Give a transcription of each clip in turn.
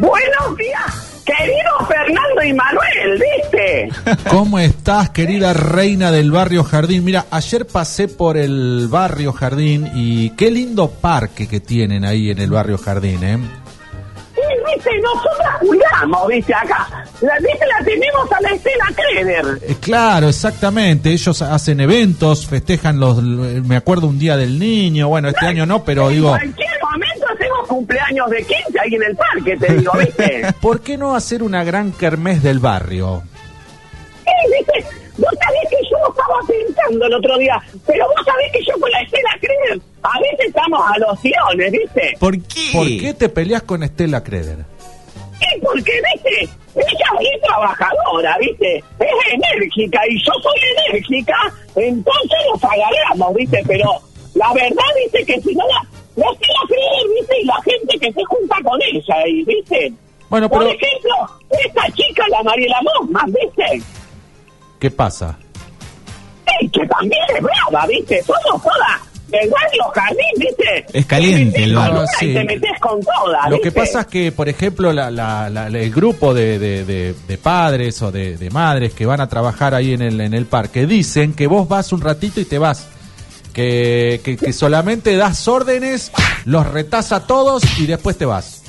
Buenos días, querido Fernando y Manuel, ¿viste? ¿Cómo estás, querida reina del barrio Jardín? Mira, ayer pasé por el barrio Jardín y qué lindo parque que tienen ahí en el barrio Jardín, ¿eh? Y, ¿viste? Nosotras jugamos, ¿viste? Acá. La, ¿Viste? La tenemos a la Estela Kreder. Eh, Claro, exactamente. Ellos hacen eventos, festejan los. Me acuerdo un día del niño. Bueno, este año no, pero en digo. cualquier momento hacemos cumpleaños de 15 ahí en el parque, te digo, ¿viste? ¿Por qué no hacer una gran kermés del barrio? Eh, ¿viste? Vos sabés que yo estaba pensando el otro día, pero vos sabés que yo con la Estela Kreder a veces estamos a los siones, ¿viste? ¿Por qué? ¿Por qué te peleas con Estela Creder? Es porque, ¿viste? Ella es trabajadora, ¿viste? Es enérgica y yo soy enérgica, entonces nos agarramos, ¿viste? Pero la verdad, ¿viste? Que si no la... No se la cree, ¿viste? Y la gente que se junta con ella ahí, ¿viste? Bueno, Por pero- ejemplo, esta chica, la Mariela Mosman, ¿viste? ¿Qué pasa? Sí, que también es brava, ¿viste? Somos todas del barrio jardín, ¿viste? Es caliente el Te metés con barrio. una y Sí. te metes con todas, Lo que ¿viste? pasa es que, por ejemplo, la- la- la- la- el grupo de, de- de- de padres o de, de madres que van a trabajar ahí en el, en el parque dicen que vos vas un ratito y te vas. Que, que- que solamente das órdenes, los retás a todos y después te vas.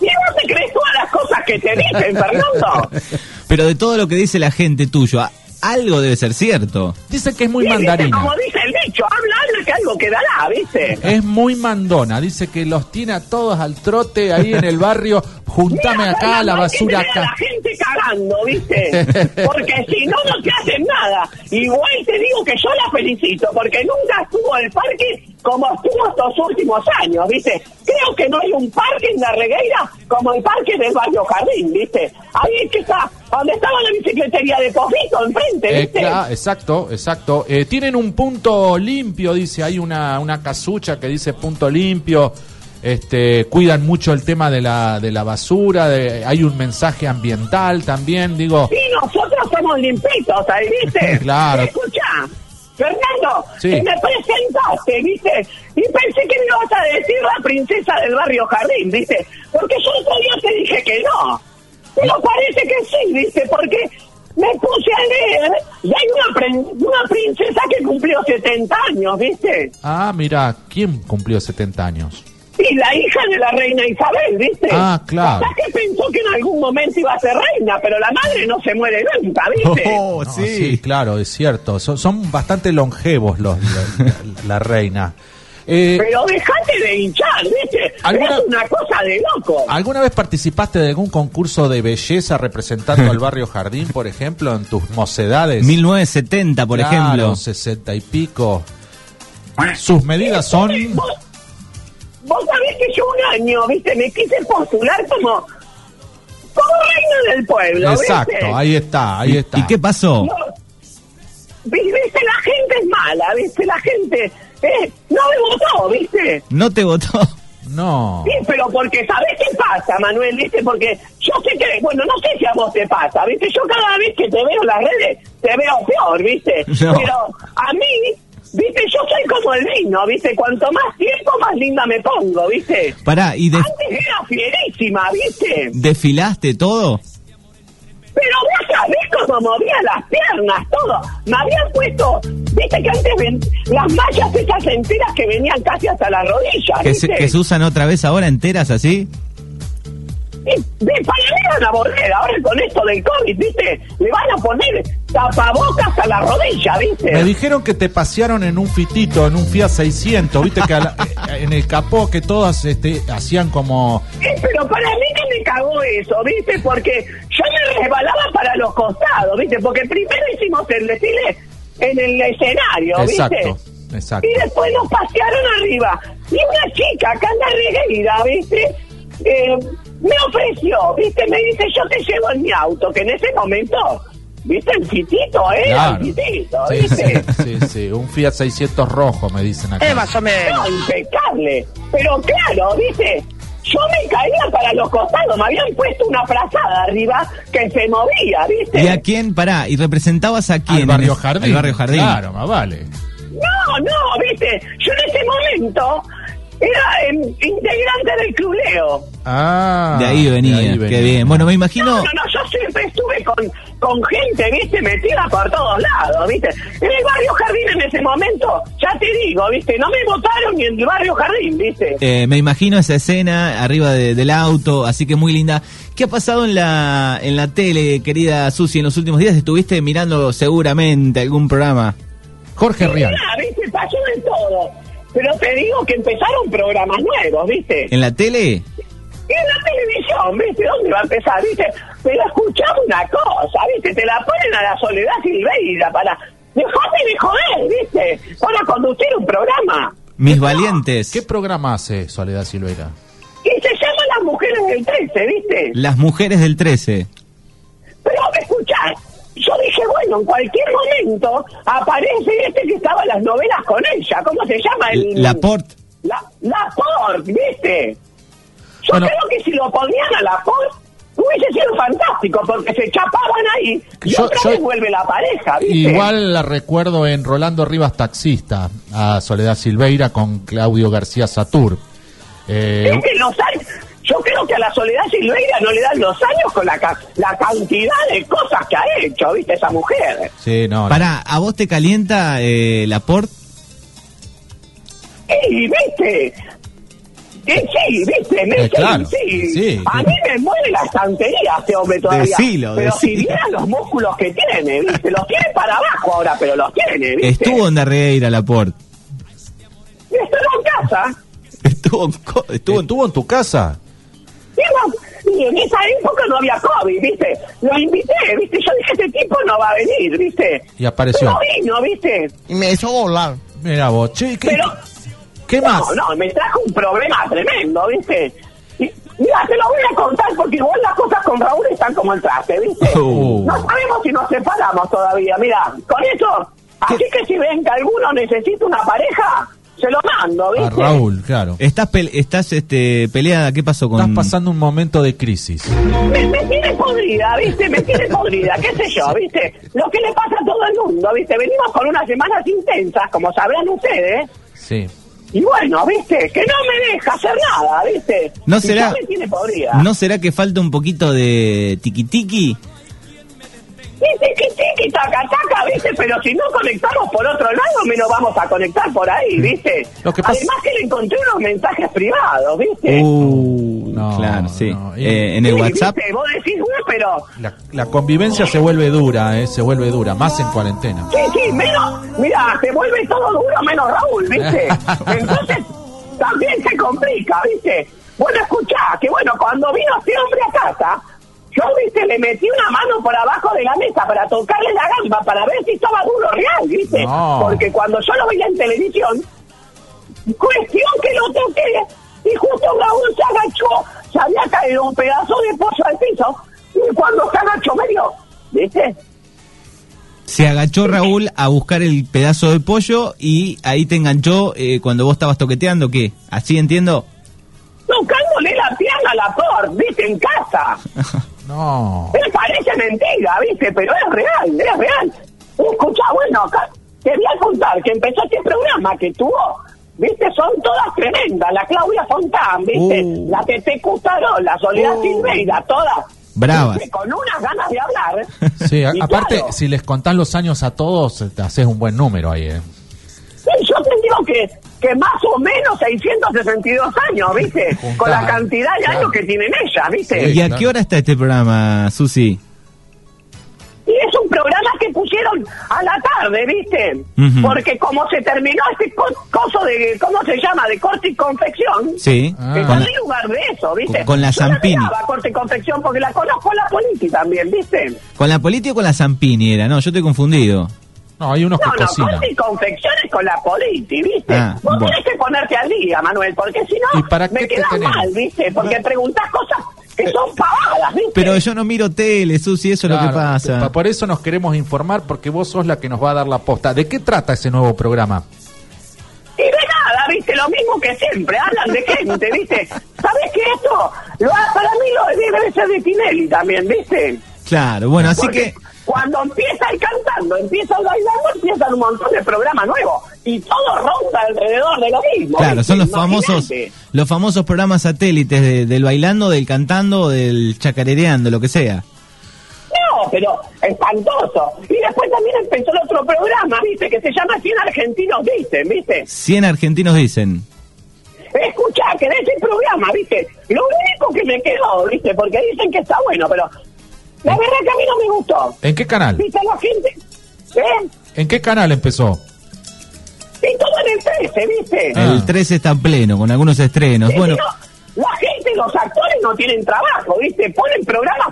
¿Y vos te crees todas las cosas que te dicen, Fernando? Pero de todo lo que dice la gente tuyo, a- algo debe ser cierto. Dicen que es muy Sí, ¿viste? mandarina. Como dice el dicho, habla, habla que algo quedará, ¿viste? Es muy mandona. Dice que los tiene a todos al trote ahí en el barrio. Juntame Mira, acá, la Fernando, hay que basura tener a acá. La gente cagando, ¿viste? Porque si no, no te hacen nada. Igual te digo que yo la felicito, porque nunca estuvo el parque como estuvo estos últimos años, ¿viste? Creo que no hay un parque en la regueira como el parque del barrio Jardín, ¿viste? Ahí es que está, donde estaba la bicicletería de Pofito, enfrente, Eh, ¿viste? cla- exacto, exacto. Eh, tienen un punto limpio, dice, hay una, una casucha que dice punto limpio. Este, cuidan mucho el tema de la, de la basura, de- hay un mensaje ambiental también, digo, Sí, nosotros somos limpitos, ahí, ¿viste? Claro. Escuchá, Fernando, Sí. que me presentaste, ¿viste? Y pensé que me ibas a decir la princesa del barrio Jardín, ¿viste? Porque yo otro día te dije que no. Pero parece que sí, ¿viste? Porque me puse a leer y hay una, prin- una princesa que cumplió 70 años, ¿viste? ah, mira, ¿quién cumplió 70 años? Y la hija de la reina Isabel, ¿viste? Ah, O claro. sea, que pensó que en algún momento iba a ser reina, pero la madre no se muere nunca, ¿viste? Oh, No, claro, es cierto, son, son bastante longevos los, la, la- la reina. Eh, Pero dejate de hinchar, ¿viste? ¿Alguna- Ah. Es una cosa de loco. ¿Alguna vez participaste de algún concurso de belleza representando al barrio Jardín, por ejemplo, en tus mocedades? 1970, por Claro, ejemplo. 60 y pico. Sus medidas son. Vos, vos sabés que yo un año, ¿viste? Me quise postular como, como reina del pueblo, ¿viste? Exacto, ahí está, ahí ¿Y- está. ¿Y qué pasó? No, vi- ¿Viste? La gente es mala, ¿viste? La gente eh, no me votó, ¿viste? No te votó. No. Sí, pero porque sabés qué pasa, Manuel, ¿viste? Porque yo sé que, bueno, no sé si a vos te pasa, ¿viste? Yo cada vez que te veo en las redes, te veo peor, ¿viste? No. Pero a mí, ¿viste? Yo soy como el vino, ¿viste? Cuanto más tiempo, más linda me pongo, ¿viste? Pará, ¿y de- Antes era fierísima, ¿viste? desfilaste todo? Pero vos sabés cómo movía las piernas, todo. Me habían puesto, ¿viste? Que antes ven- las mallas esas enteras que venían casi hasta las rodillas, Que se, ¿viste? que se usan otra vez ahora enteras así. Y de para mí era una borrera, ahora con esto del COVID, ¿viste? Le van a poner tapabocas a la rodilla, Me ¿viste? dijeron que te pasearon en un fitito, en un Fiat 600, viste que a la- eh, en el capó que todas este, hacían como Eh, pero para mí que me cagó eso, ¿viste? Porque yo me resbalaba para los costados, ¿viste? Porque primero hicimos el desfile en el escenario, ¿viste? Exacto, exacto. Y después nos pasearon arriba. Y una chica acá en la regueira, ¿viste? Eh, me ofreció, ¿viste? Me dice, yo te llevo en mi auto, que en ese momento, ¿viste? El fitito, ¿eh? Claro. El fitito, Sí, sí, ¿viste? sí, sí, un Fiat 600 rojo me dicen acá. No, impecable. Pero claro, ¿viste? Yo me caía para los costados, me habían puesto una frazada arriba que se movía, ¿viste? ¿Y a quién? Pará, ¿y representabas a quién? Al en barrio ese- Jardín. al barrio Jardín. Claro, más vale. No, no, viste, yo en ese momento Era em, integrante del Club Leo. Ah, de ahí venía, de ahí qué bien. Bueno, me imagino. No, no, no, yo siempre estuve con, con gente, viste, metida por todos lados, viste. En el barrio Jardín en ese momento, ya te digo, viste, no me votaron ni en el barrio Jardín, viste. eh, me imagino esa escena arriba de- del auto, así que muy linda. ¿Qué ha pasado en la, en la tele, querida Susi, en los últimos días? Estuviste mirando seguramente algún programa. Jorge Rial. Mirá, viste, pasó de todo. Pero te digo que empezaron programas nuevos, viste. ¿En la tele? Y en la televisión, ¿viste? ¿Dónde va a empezar? ¿Viste? Pero escuchame una cosa, ¿viste? Te la ponen a la Soledad Silveira para... Dejate de joder, ¿viste? Para conducir un programa. Mis valientes. ¿Qué programa hace Soledad Silveira? Y se llama Las Mujeres del 13, ¿viste? Las mujeres del 13. Pero escuchá, yo dije, bueno, en cualquier momento aparece este que estaba en las novelas con ella. ¿Cómo se llama? El... La Port. La, la Ford, ¿viste? Yo Bueno. creo que si lo ponían a la Ford, hubiese sido fantástico, porque se chapaban ahí y Yo- otra yo- vez vuelve la pareja, ¿viste? Igual la recuerdo en Rolando Rivas Taxista, a Soledad Silveira con Claudio García Satur. Eh, Es que los años... Yo creo que a la Soledad Silveira no le dan los años con la, ca- la cantidad de cosas que ha hecho, ¿viste? Esa mujer. sí, no, Pará, ¿a vos te calienta eh, la Port? Sí, viste. Sí, sí, viste, me- Eh, claro, sí, sí. A mí me mueve la estantería este hombre todavía. Decilo, pero si decilo. vieran los músculos que tiene, viste, los tiene para abajo ahora, pero los tiene, viste. Estuvo en Darreira la Port. Estuvo en casa. Estuvo, en co- estuvo en tu... ¿Estuvo en tu casa? Y no- Y en esa época no había COVID, ¿viste? Lo invité, ¿viste? Yo dije, este tipo no va a venir, ¿viste? Y apareció. No vino, ¿viste? Y me hizo volar. Mira vos, che, ¿qué, Pero- qué más? No, no, me trajo un problema tremendo, ¿viste? Y, mira, te lo voy a contar porque igual las cosas con Raúl están como el traste, ¿viste? Uh. No sabemos si nos separamos todavía, mira, con eso, así que si ven que alguno necesita una pareja, se lo mando, A ¿viste? Raúl, claro. Estás, pel- estás este, peleada, ¿qué pasó Eh, con...? Estás pasando un momento de crisis. Me, me tiene podrida, ¿viste? Me tiene podrida, qué sé yo, ¿viste? Lo que le pasa a todo el mundo, ¿viste? Venimos con unas semanas intensas, como sabrán ustedes, Sí. y bueno, ¿viste? Que no me deja hacer nada, ¿viste? ¿No Y ya será- me tiene podrida. ¿No será que falta un poquito de tiquitiqui? Tiki, tiki, taca, taca, ¿viste? Pero si no conectamos por otro lado, menos vamos a conectar por Mm. ahí, ¿viste? Lo que pasa- Además que le encontré unos mensajes privados, ¿viste? Uh, No, claro, sí. no, y- Eh, en el Sí, WhatsApp. ¿viste? Vos decís, "Uy, pero... La, la convivencia se vuelve dura, eh, se vuelve dura, más en cuarentena. Sí, sí, menos... Mira, se vuelve todo duro menos Raúl, ¿viste? Entonces, también se complica, ¿viste? Bueno, escuchá, que bueno, cuando vino este hombre a casa... Yo, viste, le metí una mano por abajo de la mesa para tocarle la gamba, para ver si estaba duro real, viste. No. Porque cuando yo lo veía en televisión, cuestión que lo toqué y justo Raúl se agachó, se había caído un pedazo de pollo al piso y cuando se agachó me dio, ¿viste? Se agachó Raúl a buscar el pedazo de pollo y ahí te enganchó eh, cuando vos estabas toqueteando, ¿qué? ¿Así entiendo? Tocándole la pierna a la por, ¿viste? En casa. No. Él parece mentira, ¿viste? Pero es real, es real. Escucha, bueno, acá te voy a contar que empezó este programa que tuvo, ¿viste? Son todas tremendas. La Claudia Fontán, ¿viste? Uh. La Tete Cutaró, la Soledad Uh. Silveira, todas. Bravas. ¿viste? Con unas ganas de hablar. Sí, a- Y aparte, claro, si les contás los años a todos, eh, te haces un buen número ahí, eh. sí, yo te digo que, que más o menos 662 años, ¿viste? Con la Juntá. cantidad de Claro. años que tienen ellas, ¿viste? Sí. ¿Y a claro. qué hora está este programa, Susi? Y es un programa que pusieron a la tarde, ¿viste? Ujú. Porque como se terminó este co- coso de, ¿cómo se llama? De corte y confección. Sí. Ah. que Con no la- hay lugar de eso, ¿viste? con- con la Yo no Zampini. miraba corte y confección porque la conozco a la Politi también, ¿viste? ¿Con la Politi o con la Zampini era? No, yo estoy confundido. No, hay unos No, que no, cocinan. corte y confección es con la Politi, ¿viste? Ah, Vos bueno. tenés que ponerte al día, Manuel, porque si ¿Y no para qué me te queda tenemos? mal, ¿viste? Porque preguntás cosas que son pavadas, ¿viste? Pero yo no miro tele, Susi, eso es lo que Claro, pasa. pa- Por eso nos queremos informar, porque vos sos la que nos va a dar la posta. ¿De qué trata ese nuevo programa? Y de nada, viste, lo mismo que siempre, hablan de gente, viste. ¿Sabes qué esto? Lo, ha- para mí lo debe ser de Tinelli también, viste. Claro, bueno, así Porque que... Cuando empieza el cantando, empieza el bailando, empiezan un montón de programas nuevos. y todo ronda alrededor de lo mismo. Claro, ¿viste? son los Imaginate. famosos, los famosos programas satélites de- del bailando, del cantando, del chacarereando, lo que sea. No, pero espantoso. Y después también empezó el otro programa, ¿viste? Que se llama 100 Argentinos Dicen, ¿viste? 100 argentinos dicen. Escuchá, que de ese programa, ¿viste? Lo único que me quedó, ¿viste? Porque dicen que está bueno, pero la verdad que a mí no me gustó. ¿En qué canal? ¿Viste? La gente... ¿Eh? ¿En qué canal empezó? Y todo en el 13, ¿viste? Ah. El 13 está pleno, con algunos estrenos. Eh, Bueno, no, la gente, los actores no tienen trabajo, ¿viste? Ponen programas...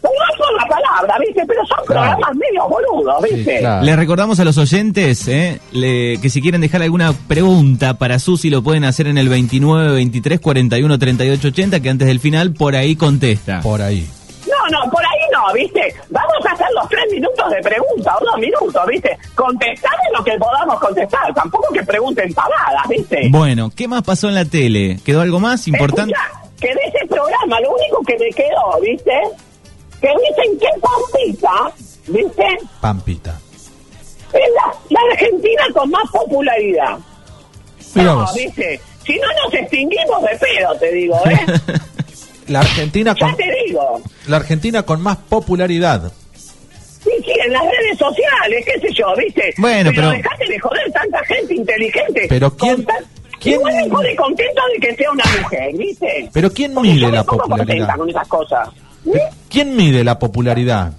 No son la palabra, ¿viste? Pero son programas medio boludos, ¿viste? Sí, claro. Les recordamos a los oyentes eh, le- que si quieren dejar alguna pregunta para Susi lo pueden hacer en el 29 23 41 38 80 que antes del final por ahí contesta. Por ahí. No, no, por ahí no, ¿viste? Vamos a hacer los tres minutos de pregunta, o dos minutos, ¿viste? Contestar en lo que podamos contestar, tampoco que pregunten pavadas, ¿viste? Bueno, ¿qué más pasó en la tele? ¿Quedó algo más importante? Escuchá, que de ese programa lo único que me quedó, ¿viste? Que dicen que Pampita, ¿viste? Pampita. Es la, la Argentina con más popularidad. Mirá no, vos. ¿viste? Si no nos extinguimos de pedo, te digo, ¿eh? La Argentina ya con, te digo. la Argentina con más popularidad. Sí, sí, en las redes sociales, qué sé yo, ¿viste? Bueno, pero- dejate de joder tanta gente inteligente. Pero ¿quién- Con tan- quién- Igual me jode contento de que sea una mujer, ¿viste? Pero ¿quién Porque mide yo me la pongo popularidad? contenta con esas cosas. ¿Mm? ¿Quién mide la popularidad?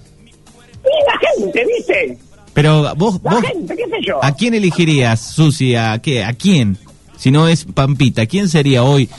Y la gente, ¿viste? Pero vos, La vos gente, qué sé yo. ¿a quién elegirías, Susi? ¿A qué? ¿A quién? Si no es Pampita, ¿quién sería hoy?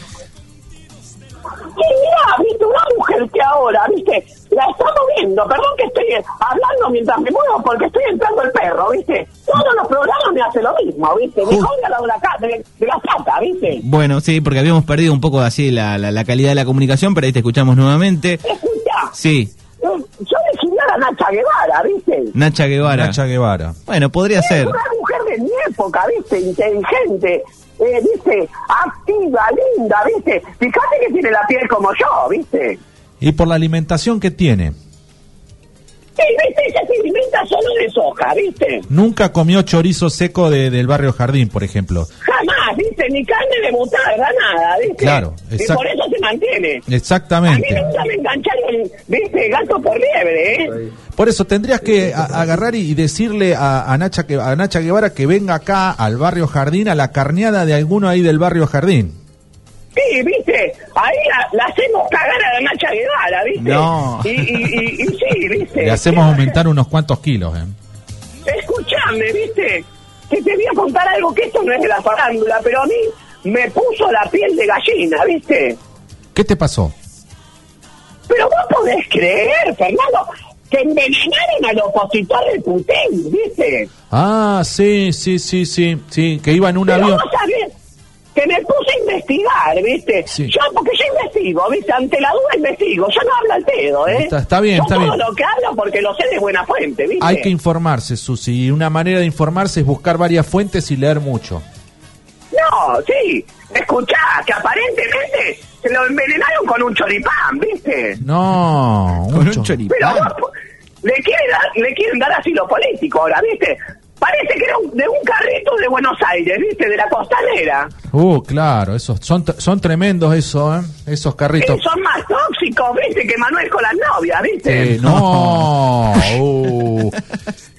Sí, mirá, ¿viste? Una mujer que ahora, ¿viste? La está moviendo. Perdón que estoy eh, hablando mientras me muevo porque estoy entrando el perro, ¿viste? Todos los programas me hacen lo mismo, ¿viste? Me Ju- jode la de la, ca- de, de la pata, ¿viste? Bueno, sí, porque habíamos perdido un poco así la, la- la calidad de la comunicación, pero ahí te escuchamos nuevamente. Escuchá. eh, Sí, Yo elegiría a la Nacha Guevara, ¿viste? Nacha Guevara. Nacha Guevara. Bueno, podría ser. Una mujer de mi época, ¿viste? Inteligente, eh, ¿viste? Activa, linda, ¿viste? Fíjate que tiene la piel como yo, ¿viste? Y por la alimentación que tiene. Sí, ¿viste? Ella se alimenta solo de soja, ¿viste? Nunca comió chorizo seco de- del barrio Jardín, por ejemplo. Jamás, ¿viste? Ni carne de butarga, nada, ¿viste? Claro, Y exacto. por eso se mantiene. A mí Exactamente. nunca me engancharon, ¿viste? Gato por liebre, ¿eh? Por eso tendrías que a- agarrar y y decirle a, a Nacha, que, a Nacha Guevara que venga acá al barrio Jardín, a la carneada de alguno ahí del barrio Jardín. Sí, viste, ahí la, la hacemos cagar a la Nacha Guevara, viste. No. Y, y, y, y sí, viste. Le hacemos aumentar unos cuantos kilos. ¿eh? Escuchame, viste, que te voy a contar algo que esto no es de la farándula, pero a mí me puso la piel de gallina, viste. ¿Qué te pasó? Pero vos podés creer, Fernando, que envenenaron al opositor de Putin, viste. Ah, sí, sí, sí, sí, sí, que iba en un Pero avión. vos sabés que me puse a investigar, viste. Sí. Yo, porque yo investigo, viste, ante la duda investigo. Yo no hablo al pedo, ¿eh? Está- está bien, Yo está todo bien. lo que hablo porque lo sé de buena fuente, viste. Hay que informarse, Susi. Y una manera de informarse es buscar varias fuentes y leer mucho. No, sí. Escuchá, que aparentemente se lo envenenaron con un choripán, ¿viste? No, Con un cho- choripán. Pero vos po- le, quieren dar, le quieren dar asilo político ahora, ¿viste? Parece que era un- de un carrito de Buenos Aires, ¿viste? De la costanera. Uh, claro, esos son, t- son tremendos esos, ¿eh? esos Eh, carritos. son más tóxicos, ¿viste? Que Manuel con las novias, ¿viste? Eh, no. uh.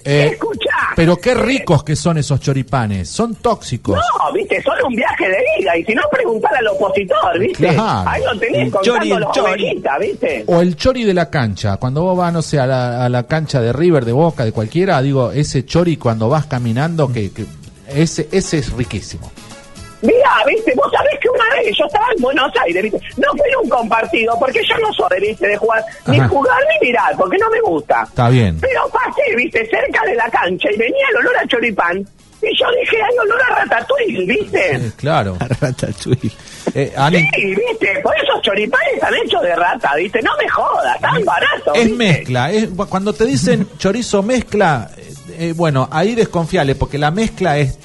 Eh, Escuchá. pero qué ricos que son esos choripanes. Son tóxicos. No, viste, solo un viaje de ida. Y si no, preguntar al opositor, viste. Claro. Ahí lo tenés El chori, contando el los chori. ovejitas, viste. O el chori de la cancha. Cuando vos vas, no sé, a la, a la cancha de River, de Boca, de cualquiera, digo, ese chori cuando vas caminando, que, que- ese, ese es riquísimo. Mirá, viste, vos sabés que una vez yo estaba en Buenos Aires, viste, no fui nunca a un partido, porque yo no soy, viste, de jugar, ni Ajá. jugar ni mirar, porque no me gusta. Está bien. Pero pasé, viste, cerca de la cancha y venía el olor a choripán, y yo dije, hay olor a ratatouille, viste. Eh, claro. Ratatouille. Eh, Ale, Sí, viste, por esos choripanes están hechos de rata, viste, no me jodas, tan barato. es ¿viste? mezcla. es- cuando te dicen chorizo mezcla, eh, eh, bueno, ahí desconfiale, porque la mezcla es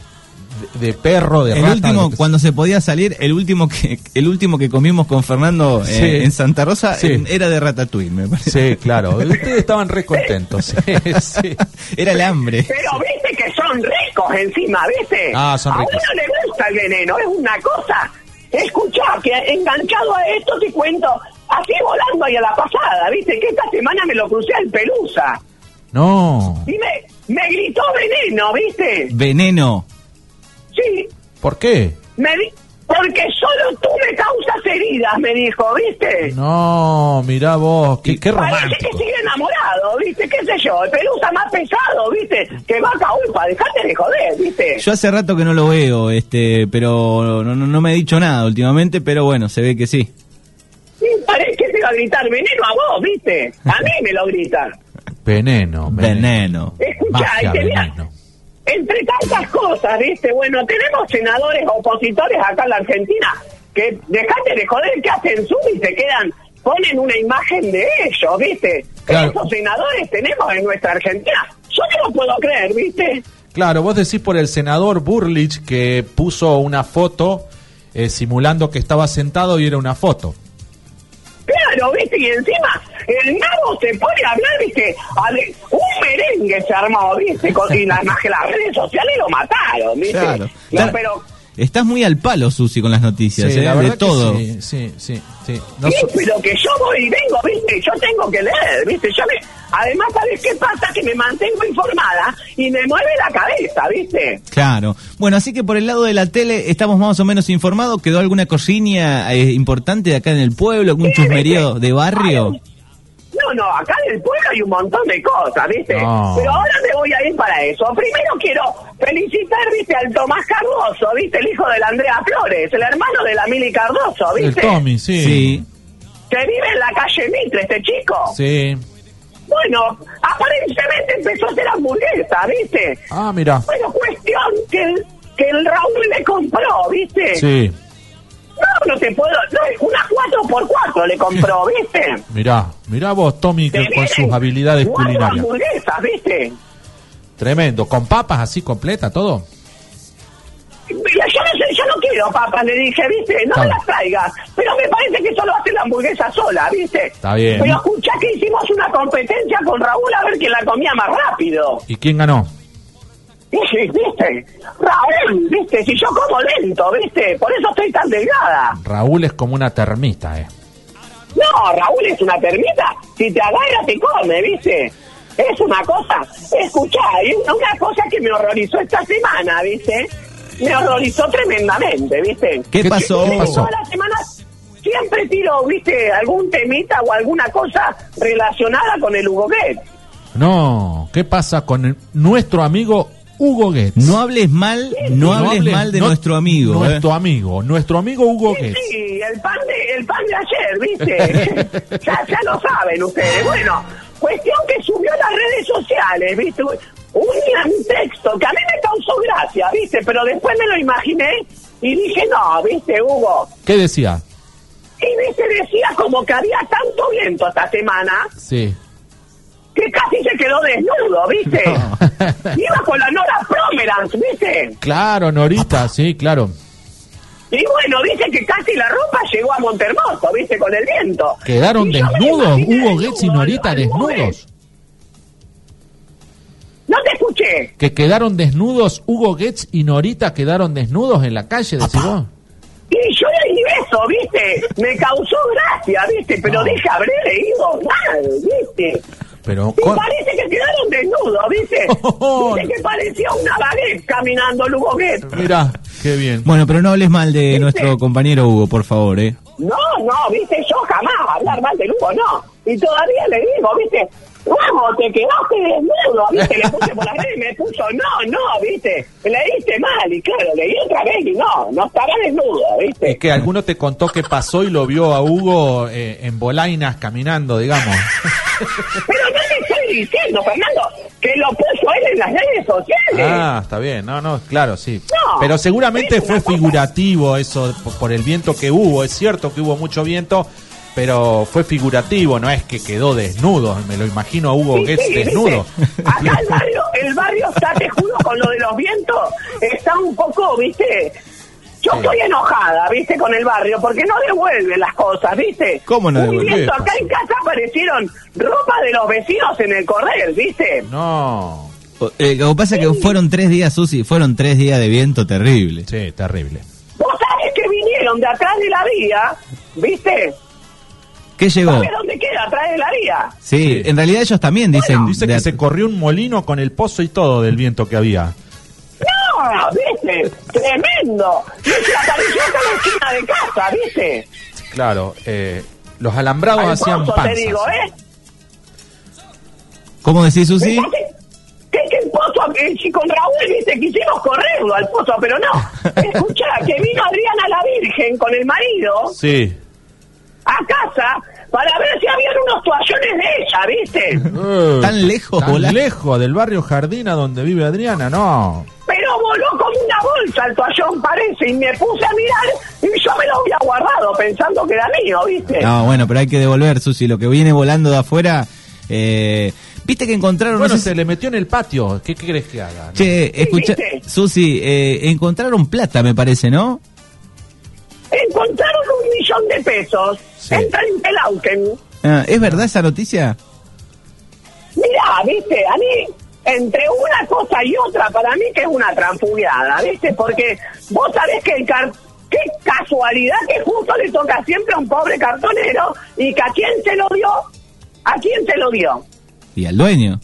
de, de perro, de El rata, lo último, que sea. cuando se podía salir, el último que, el último que comimos con Fernando eh, Sí. en Santa Rosa Sí. eh, era de Ratatouille, me parece. Sí, claro. Ustedes estaban re contentos. Sí, sí. Era el hambre. Pero viste que son ricos encima, ¿viste? Ah, son a ricos. uno le gusta el veneno, es una cosa. Escuchá, que enganchado a esto te cuento, así volando ahí a la pasada, ¿viste? Que esta semana me lo crucé al Pelusa. No. Y me, me gritó veneno, ¿viste? Veneno. Sí, ¿Por qué? me di- Porque solo tú me causas heridas, me dijo, ¿viste? No, mirá vos, qué, qué Parece que romántico. sigue enamorado, ¿viste? ¿Qué sé yo? El pelusa más pesado, ¿viste? Que vaca ulpa, dejate de joder, ¿viste? Yo hace rato que no lo veo, este, pero no, no, no me ha dicho nada últimamente, pero bueno, se ve que sí. Sí, Parece que te iba a gritar veneno a vos, ¿viste? A mí me lo gritan. Veneno, veneno. Veneno. Escucha, Magia, y te mira, veneno. entre tantas cosas, ¿viste? Bueno, tenemos senadores opositores acá en la Argentina que dejate de joder que hacen zoom y se quedan, ponen una imagen de ellos, ¿viste? Claro. Esos senadores tenemos en nuestra Argentina. Yo no lo puedo creer, ¿viste? Claro, vos decís por el senador Burlich que puso una foto eh, simulando que estaba sentado y era una foto. Claro, viste, y encima el nabo se pone a hablar, viste, a de- un merengue se armó, viste, con, y las, más que las redes sociales lo mataron, viste. Claro. No, Claro. pero, Estás muy al palo, Susi, con las noticias, ¿eh? de que todo. Sí, sí, sí. sí. No sí, so- pero que yo voy y vengo, viste, yo tengo que leer, viste, yo me, además, ¿sabes qué pasa? Que me mantengo informada y me mueve la cabeza, viste. Claro. Bueno, así que por el lado de la tele estamos más o menos informados. ¿Quedó alguna cocina eh, importante de acá en el pueblo? ¿Algún chusmerío de barrio? No, no, acá en el pueblo hay un montón de cosas, ¿viste? No. Pero ahora me voy a ir para eso. Primero quiero felicitar, ¿viste? Al Tomás Cardoso, ¿viste? El hijo de la Andrea Flores, el hermano de la Mili Cardoso, El ¿viste? Tommy, sí. Sí. Sí. Que vive en la calle Mitre, este chico. Bueno, aparentemente empezó a hacer hamburguesa, ¿viste? Ah, mira. Bueno, cuestión que el, que el Raúl le compró, ¿viste? Sí, No, no te puedo... No, una 4x4 le compró, ¿viste? mirá. Mirá vos, Tommy, que- Que con vienen sus habilidades cuatro culinarias. hamburguesas, ¿viste? Tremendo. ¿Con papas así completa todo? Mira, yo no, sé, yo no quiero papas, le dije, ¿viste? No me Claro. las traigas. Pero me parece que solo hace la hamburguesa sola, ¿viste? Está bien. Pero escuchá que hicimos una competencia con Raúl a ver quién la comía más rápido. ¿Y quién ganó? Dije, ¿viste? Raúl, ¿viste? Si yo como lento, ¿viste? Por eso estoy tan delgada. Raúl es como una termita, eh. No, Raúl es una termita. Si te agarra, te come, ¿viste? Es una cosa. Escuchá, es una cosa que me horrorizó esta semana, ¿viste? Me horrorizó tremendamente, ¿viste? ¿Qué ¿Qué- pasó? qué pasó? Todas las semanas siempre tiro, ¿viste? Algún temita o alguna cosa relacionada con el Hugo Guet. No, ¿qué pasa con el- nuestro amigo Hugo Goetz? No hables mal, no hables mal de no- nuestro amigo. ¿eh? Nuestro amigo, nuestro amigo Hugo Sí, Goetz. sí, el pan de, el pan de ayer, ¿viste? ya, ya lo saben ustedes. Bueno, cuestión que subió a las redes sociales, ¿viste? Un gran texto que a mí me causó gracia, ¿viste? Pero después me lo imaginé y dije, no, ¿viste, Hugo? ¿Qué decía? Y ¿viste? decía como que había tanto viento esta semana Sí. que casi se quedó desnudo, ¿viste? Iba con la Nora Promerance, ¿viste? Claro, Norita, sí, claro. Y bueno, dice que casi la ropa llegó a Montermoso, viste, con el viento. Quedaron Y yo me desnudos, imaginé Hugo Goetz y desnudo, al- Norita al desnudos. Hugo Goetz. No te escuché. Que quedaron desnudos, Hugo Goetz y Norita quedaron desnudos en la calle, decís vos. Y yo le di beso, viste. Me causó gracia, viste, pero No. dije, habré leído mal, viste. Pero, Y co- parece que quedaron desnudos, viste. Oh, Dice que parecía una baguette caminando el Hugo Goetz. mirá, qué bien. Bueno, pero no hables mal de nuestro compañero Hugo, por favor, ¿eh? No, no, viste, yo jamás hablar mal del Hugo, no. Y todavía le digo, viste, vamos, te quedaste desnudo, viste, le puse por la red y me puso, no, no, viste, leíste mal, y claro, leí otra vez y no, no estaba desnudo, Es viste. que alguno te contó que pasó y lo vio a Hugo eh, en bolainas caminando, digamos. Pero no te estoy diciendo, Fernando, que lo puso él en las redes sociales. Ah, está bien, no, no, claro, sí. No, Pero seguramente es una fue cosa- figurativo eso por, por el viento que hubo, es cierto que hubo mucho viento, pero fue figurativo, no es que quedó desnudo, me lo imagino a Hugo Sí, Goetz sí, desnudo. ¿viste? Acá el barrio, el barrio está, te juro, con lo de los vientos, está un poco, viste. Yo Sí. estoy enojada, viste, con el barrio, porque no devuelve las cosas, viste. ¿Cómo no Un devuelve? viento, acá en casa aparecieron ropa de los vecinos en el correr, viste. No, O- eh, lo que pasa es que fueron tres días, Susi, fueron tres días de viento terrible. Sí, terrible. Vos sabés que vinieron de atrás de la vía, ¿viste? ¿Qué Ah. llegó? ¿Sabés dónde queda? Atrás de la vía. Sí, en realidad ellos también dicen... Dice que de at- se corrió un molino con el pozo y todo del viento que había. No, ¿viste? Tremendo. Se apareció hasta la esquina de casa, ¿viste? Claro, eh, los alambrados hacían Alfonso, panzas. te digo, ¿eh? ¿Cómo decís, Susi? Fíjate Que, que el pozo, eh, si con Raúl, viste, quisimos correrlo al pozo, pero no. Escuchá, que vino Adriana la Virgen con el marido Sí. a casa para ver si habían unos toallones de ella, viste. ¿Tan lejos, Tan volá? lejos del barrio Jardina donde vive Adriana, no. Pero voló como una bolsa el toallón, parece, y me puse a mirar y yo me lo había guardado pensando que era mío, viste. No, bueno, pero hay que devolver, Susi. Lo que viene volando de afuera... eh, Viste que encontraron... Bueno, no sé si- se le metió en el patio. ¿Qué, qué crees que haga? Che, escucha, viste? Susi, eh, encontraron plata, me parece, ¿no? Encontraron un millón de pesos Sí. en Trentelauken. Ah, ¿Es verdad esa noticia? Mirá, viste, a mí, entre una cosa y otra, para mí que es una transfugiada, viste, porque vos sabés que el car- qué casualidad que justo le toca siempre a un pobre cartonero y que a quién se lo dio, a quién se lo dio. Y al dueño.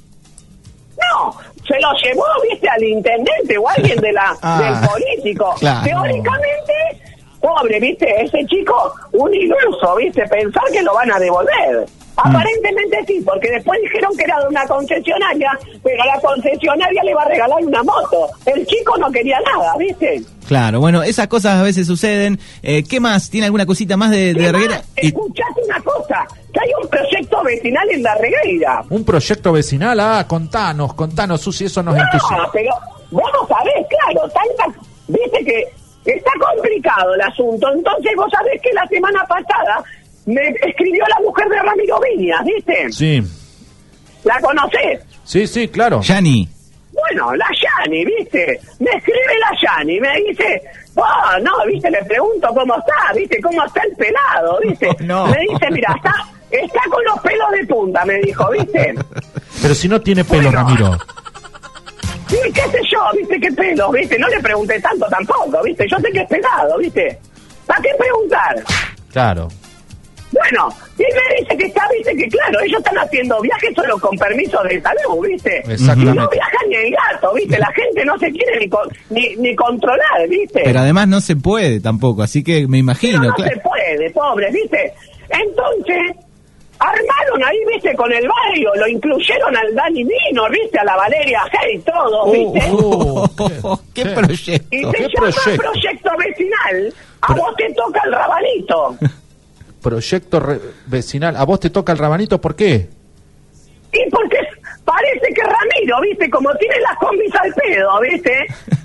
No, se lo llevó, viste, al intendente o a alguien de la, Ah, del político. claro. Teóricamente, pobre, viste, ese chico, un iluso, viste, pensar que lo van a devolver. Mm. Aparentemente sí, porque después dijeron que era de una concesionaria, pero la concesionaria le va a regalar una moto. El chico no quería nada, viste. Claro, bueno, esas cosas a veces suceden. Eh, ¿Qué más? ¿Tiene alguna cosita más de, de Además, reguera? Y- Escuchate una cosa, que hay un proyecto vecinal en la regueira. Un proyecto vecinal, ah, contanos, contanos, Susi, eso nos No, entusiasma. pero vos no sabés, claro, tanta, viste que está complicado el asunto. Entonces vos sabés que la semana pasada me escribió la mujer de Ramiro Viñas, ¿viste? Sí, ¿La conocés? sí, sí, claro. Yani, Eh. Bueno, la Yani, ¿viste? Me escribe la Yani, me dice, oh, no, ¿viste? Le pregunto cómo está, ¿viste? ¿Cómo está el pelado, ¿viste? No. Me dice, mira, está, está con los pelos de punta, me dijo, ¿viste? Pero si no tiene pelo, Bueno. Ramiro. Sí, qué sé yo, viste, qué pelos, viste, no le pregunté tanto tampoco, viste, yo sé que es pelado, viste, ¿para qué preguntar? Claro. Bueno, y me dice que está, viste, que claro, ellos están haciendo viajes solo con permiso de salud, viste, Exactamente. y no viajan ni el gato, viste, la gente no se quiere ni, con- ni, ni controlar, viste, pero además no se puede tampoco, así que me Pero imagino, no claro. se puede, pobre, viste, entonces... Armaron ahí, viste, con el barrio, lo incluyeron al Dani Nino, viste, a la Valeria Hey, todo, viste. Oh, oh, ¿Qué proyecto? Y ¿Qué se llama proyecto? proyecto? vecinal. A vos te toca el rabanito. Proyecto re- vecinal. ¿A vos te toca el rabanito? ¿Por qué? y porque parece que Ramiro, viste, como tiene las combis al pedo, viste,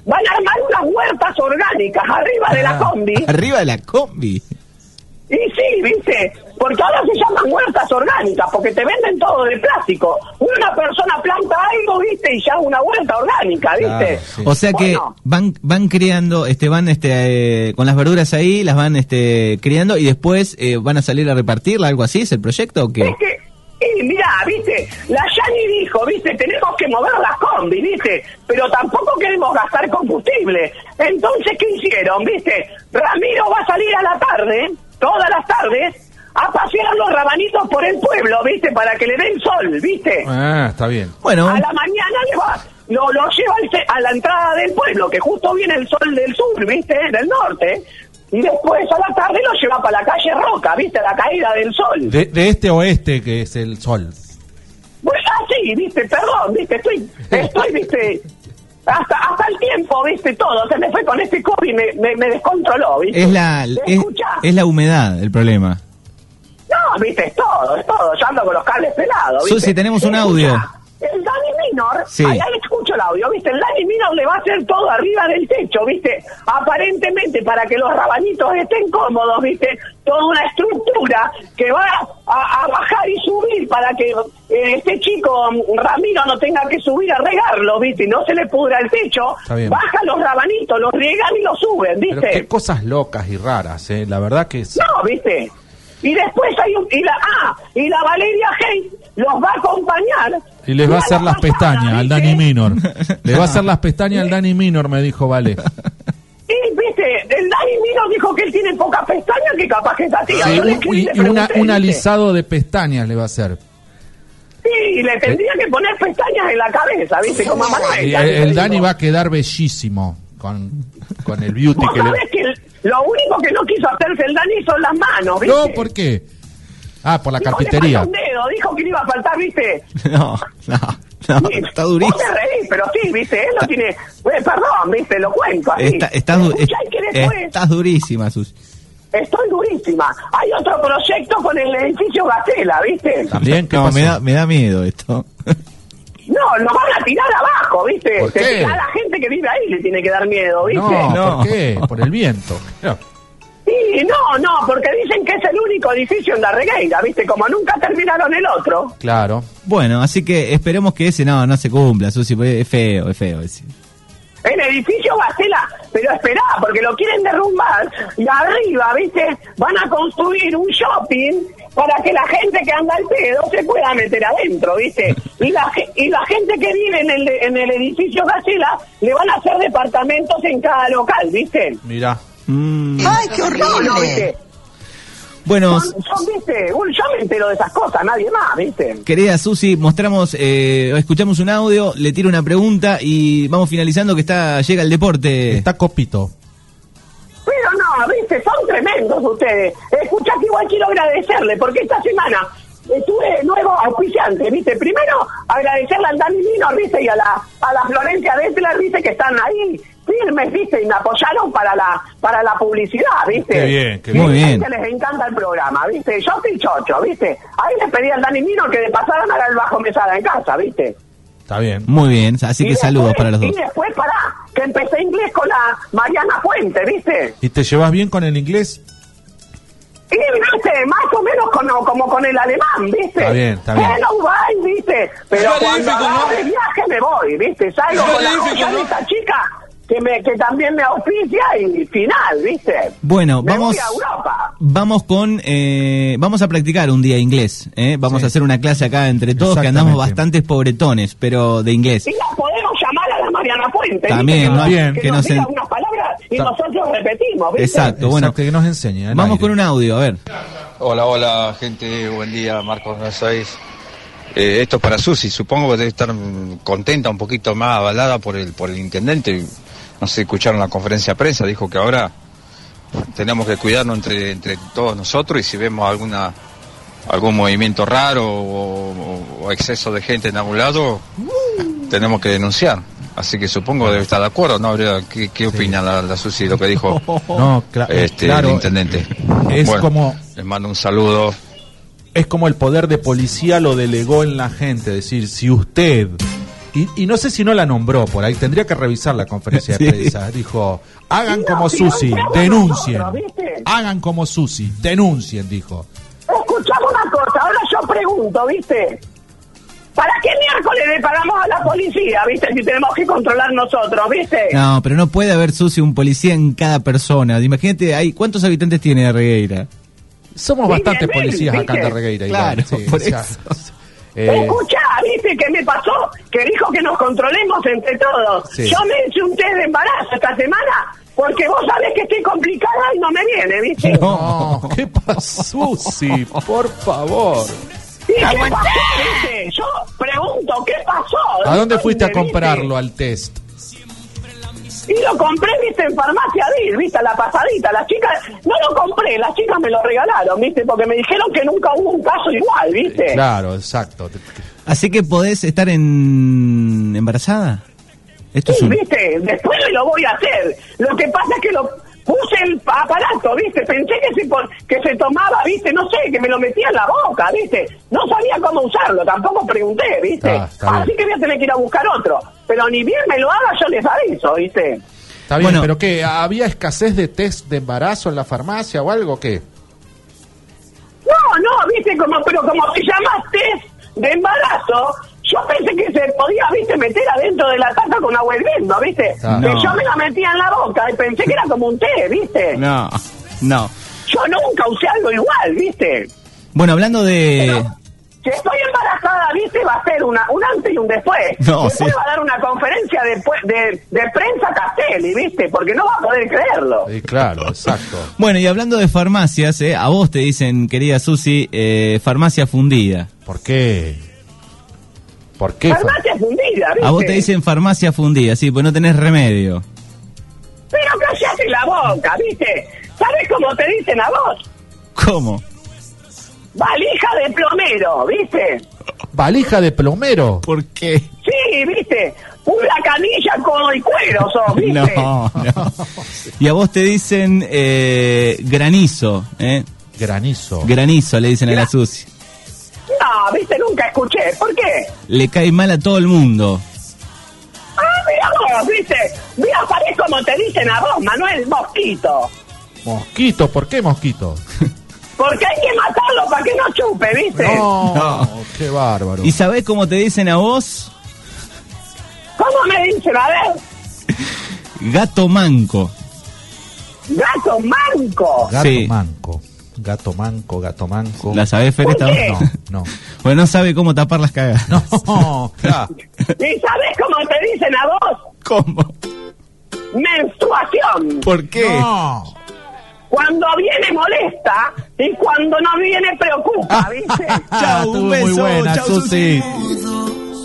van a armar unas huertas orgánicas arriba de Ah. la combi. Arriba de la combi. Y sí, viste, porque ahora se llaman huertas orgánicas, porque te venden todo de plástico. Una persona planta algo, viste, y ya una huerta orgánica, viste. Claro, sí. O sea que Bueno. van van criando, este van este eh, con las verduras ahí, las van este criando y después eh, van a salir a repartirla, algo así, ¿es el proyecto o qué? Es que, y mirá, viste, la Yani dijo, viste, tenemos que mover las combis, viste, pero tampoco queremos gastar combustible. Entonces, ¿qué hicieron, viste? Ramiro va a salir a la tarde, todas las tardes, a pasear los rabanitos por el pueblo, viste, para que le den sol, viste. Ah, está bien. Bueno, A la mañana le va, lo, lo lleva al ce- a la entrada del pueblo, que justo viene el sol del sur, viste, del norte. Y después a la tarde lo lleva para la calle Roca, viste, la caída del sol. De, de este oeste que es el sol. Pues así, viste, perdón, viste, estoy, estoy, viste, hasta, hasta el tiempo, viste, todo, se me fue con este COVID, me, me, me descontroló, viste. es la es, Escuchá. es la humedad el problema. No, viste, es todo, es todo, yo ando con los cables pelados, viste. Susi, tenemos un Escuchá, audio. El Dani Minor, Sí. ahí ahí escucho el audio, viste, el Dani Minor le va a hacer todo arriba del techo, viste, aparentemente para que los rabanitos estén cómodos, viste, toda una estructura que va a, a bajar y subir para que eh, este chico mm, Ramiro no tenga que subir a regarlo, viste, y no se le pudra el techo, Está bien. bajan los rabanitos, los riegan y los suben, Pero qué viste. cosas locas y raras, ¿eh? La verdad que es... No, viste. Y después hay un, y la ah, y la Valeria Hey los va a acompañar. Y les va a hacer las pasada, pestañas al ¿viste? Dani Minor. Le va a hacer las pestañas al Dani Minor, me dijo Vale. Y viste, el Dani Mino dijo que él tiene pocas pestañas que capaz que está tía. Sí, Yo le un, escribí, y- le y una, pregunté, un ¿viste? alisado de pestañas le va a hacer. Sí, le tendría que poner pestañas en la cabeza, viste, como a Manuel. Y ya el, te el digo. Dani va a quedar bellísimo con, con el beauty Vos que le... sabés que el- lo único que no quiso hacerse el Dani son las manos, ¿viste? No, ¿por qué? Ah, por la Dijo, "Le carpintería. falta un dedo", dijo que le iba a faltar, ¿viste? No, no, no, Sí, está durísimo. Vos te reís, pero sí, ¿viste? Él no tiene... Eh, perdón, ¿viste? Lo cuento así. Está, estás, du- eh, Escuchá y que después estás durísima, Sus. estoy durísima. Hay otro proyecto con el edificio Gacela, ¿viste? También, ¿qué No, pasó? me da, me da miedo esto. No, lo van a tirar abajo, ¿viste? ¿Por Se- qué? A la gente que vive ahí le tiene que dar miedo, ¿viste? No, No. ¿por qué? Por el viento. Claro. Sí, no, no, porque dicen que es el único edificio en la regueira, ¿viste? Como nunca terminaron el otro. Claro. Bueno, así que esperemos que ese no, no se cumpla, Susi, porque es feo, es feo ese. El edificio Gacela, pero esperá, porque lo quieren derrumbar. Y arriba, ¿viste? Van a construir un shopping para que la gente que anda al pedo se pueda meter adentro, ¿viste? Y la, ge- y la gente que vive en el, en el edificio Gacela le van a hacer departamentos en cada local, ¿viste? Mirá. Mm. ¡Ay, qué No, no, horrible! ¿viste? Bueno, Son, son, ¿viste? Un- yo me entero de esas cosas, nadie más, ¿viste? Querida Susi, mostramos, eh, escuchamos un audio, le tiro una pregunta y vamos finalizando que está llega el deporte. Está copito. Pero no, viste, son tremendos ustedes. Escuchá que igual quiero agradecerle, porque esta semana estuve nuevo auspiciante, viste. Primero, agradecerle al Dani Lino, viste, y a la, a la Florencia Dessler, viste, que están ahí firmes, viste, y me apoyaron para la, para la publicidad, viste. Qué bien, qué Y bien. dicen Muy bien. que les encanta el programa, viste. Yo soy chocho, viste. Ahí les pedí al Dani Lino que le pasaran al bajo mesada en casa, viste. Está bien. Muy bien, así Y que saludos después- para los dos. Y después, pará, que empecé inglés con la Mariana Fuente, viste. ¿Y te llevas bien con el inglés? Y viste, más o menos como, como con el alemán, viste. Está bien, está bien. Hello, bye, viste. Pero Es cuando magnífico, agarro ¿no? de viaje me voy, viste. Salgo Es con la magnífico, joya de ¿no? esta chica que, me, que también me auspicia y final, viste. Bueno, Me vamos, voy a Europa. vamos con, eh, vamos a practicar un día inglés. ¿eh? Vamos Sí. a hacer una clase acá entre todos, que andamos Exactamente. bastantes pobretones, pero de inglés. Y la podemos llamar a la Mariana Fuente. ¿viste? También, que, nos- bien, que, que nos nos diga en- unas palabras y Ta- nosotros repetimos, viste. Exacto. bueno. Exacto, que nos enseña. Vamos con un audio, a ver. Hola, hola, gente, buen día, Marcos Buenos Aires. Eh, esto es para Susi, supongo que debe estar mm, contenta, un poquito más avalada por el, por el intendente. No sé, escucharon la conferencia de prensa, dijo que ahora tenemos que cuidarnos entre, entre todos nosotros y si vemos alguna algún movimiento raro o, o- o exceso de gente en algún lado, tenemos que denunciar. Así que supongo que debe estar de acuerdo, ¿no? Habría- ¿Qué, qué opina la, la Susi de lo que dijo No, cla- este, claro. el intendente? Es Bueno, como Les mando un saludo. es como el poder de policía lo delegó en la gente. Es decir, si usted. Y, y no sé si no la nombró por ahí, tendría que revisar la conferencia de Sí. prensa. Dijo: hagan No, como si no Susi, entramos denuncien. nosotros, ¿viste? Hagan como Susi, denuncien, dijo. Escuchamos una cosa, ahora yo pregunto, ¿viste? ¿Para qué miércoles le pagamos a la policía, viste? Si tenemos que controlar nosotros, ¿viste? No, pero no puede haber, Susi, un policía en cada persona. Imagínate, hay, ¿cuántos habitantes tiene Regueira? Somos Sí, bastantes bien, bien, policías acá en ¿viste? Darregueira. Claro, por eso. eh, Escucha, ¿viste qué me pasó? Que dijo que nos controlemos entre todos. Sí. Yo me hice un test de embarazo esta semana porque vos sabés que estoy complicada y no me viene, ¿viste? no, ¿qué pasó, Susi? Por favor. ¿Y qué pasó, viste? Yo pregunto, ¿qué pasó? ¿A dónde fuiste a ¿Viste? comprarlo al test? Y lo compré, viste, en farmacia Dil, viste, a la pasadita. Las chicas, no lo compré, las chicas me lo regalaron, viste, porque me dijeron que nunca hubo un caso igual, viste. Claro, exacto. Así que podés estar en... embarazada. Esto es Sí, un... viste, después me lo voy a hacer. Lo que pasa es que lo puse el aparato, viste, pensé que se, pon- que se tomaba, viste, no sé, que me lo metía en la boca, viste. No sabía cómo usarlo, tampoco pregunté, viste. Ah, está bien. Así que voy a tener que ir a buscar otro. Pero ni bien me lo haga, yo les aviso, viste. Está bien, Bueno. pero ¿qué? ¿Había escasez de test de embarazo en la farmacia o algo? ¿Qué? No, no, viste, como, pero como te llamaste de embarazo, yo pensé que se podía, viste, meter adentro de la taza con agua hirviendo, viste. Ah, que no. yo me la metía en la boca y pensé que era como un té, viste. No, no. Yo nunca usé algo igual, ¿viste? Bueno, hablando de... Pero, si estoy embarazada, ¿viste? Va a ser una, un antes y un después. No, después sí. va a dar una conferencia de, pue- de, de prensa Castelli, ¿viste? Porque no va a poder creerlo. Sí, claro, exacto. Bueno, y hablando de farmacias, eh, a vos te dicen, querida Susi, eh, farmacia fundida. ¿Por qué? ¿Por qué? Fa- Farmacia fundida, ¿viste? A vos te dicen farmacia fundida, sí, pues no tenés remedio. Pero callate la boca, ¿viste? ¿Sabes cómo te dicen a vos? ¿Cómo? Valija de plomero, ¿viste? Valija de plomero. ¿Por qué? Sí, ¿viste? Una canilla con el cuero, sos, No, ¿viste? no. Y a vos te dicen eh, granizo, ¿eh? Granizo. Granizo le dicen a la Susi. No, ¿viste? Nunca escuché. ¿Por qué? Le cae mal a todo el mundo. Ah, mira vos, ¿viste? Mira, ¿sabés cómo te dicen a vos, Manuel Mosquito? mosquito, ¿por qué mosquito? Porque hay que matarlo para que no chupe, ¿viste? No, No. qué bárbaro. ¿Y sabés cómo te dicen a vos? ¿Cómo me dicen? A ver, Gato manco. gato manco. Gato Sí. manco. Gato manco, gato manco. ¿La sabés, Fer? ¿Por esta qué? vos? No, Bueno, no sabe cómo tapar las cagadas. no. No, claro. ¿Y sabés cómo te dicen a vos? ¿Cómo? Menstruación. ¿Por qué? No. Cuando viene molesta y cuando no viene preocupa, ¿viste? Chau, Ah, Estuvo un muy beso, buena, chau, Susi.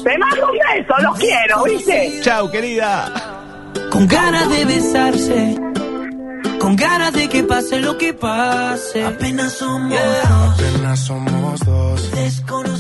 Te mando un beso, los quiero, ¿viste? Chao, querida. Con ganas de besarse, con ganas de que pase lo que pase. Apenas somos dos, Apenas somos dos. desconocidos.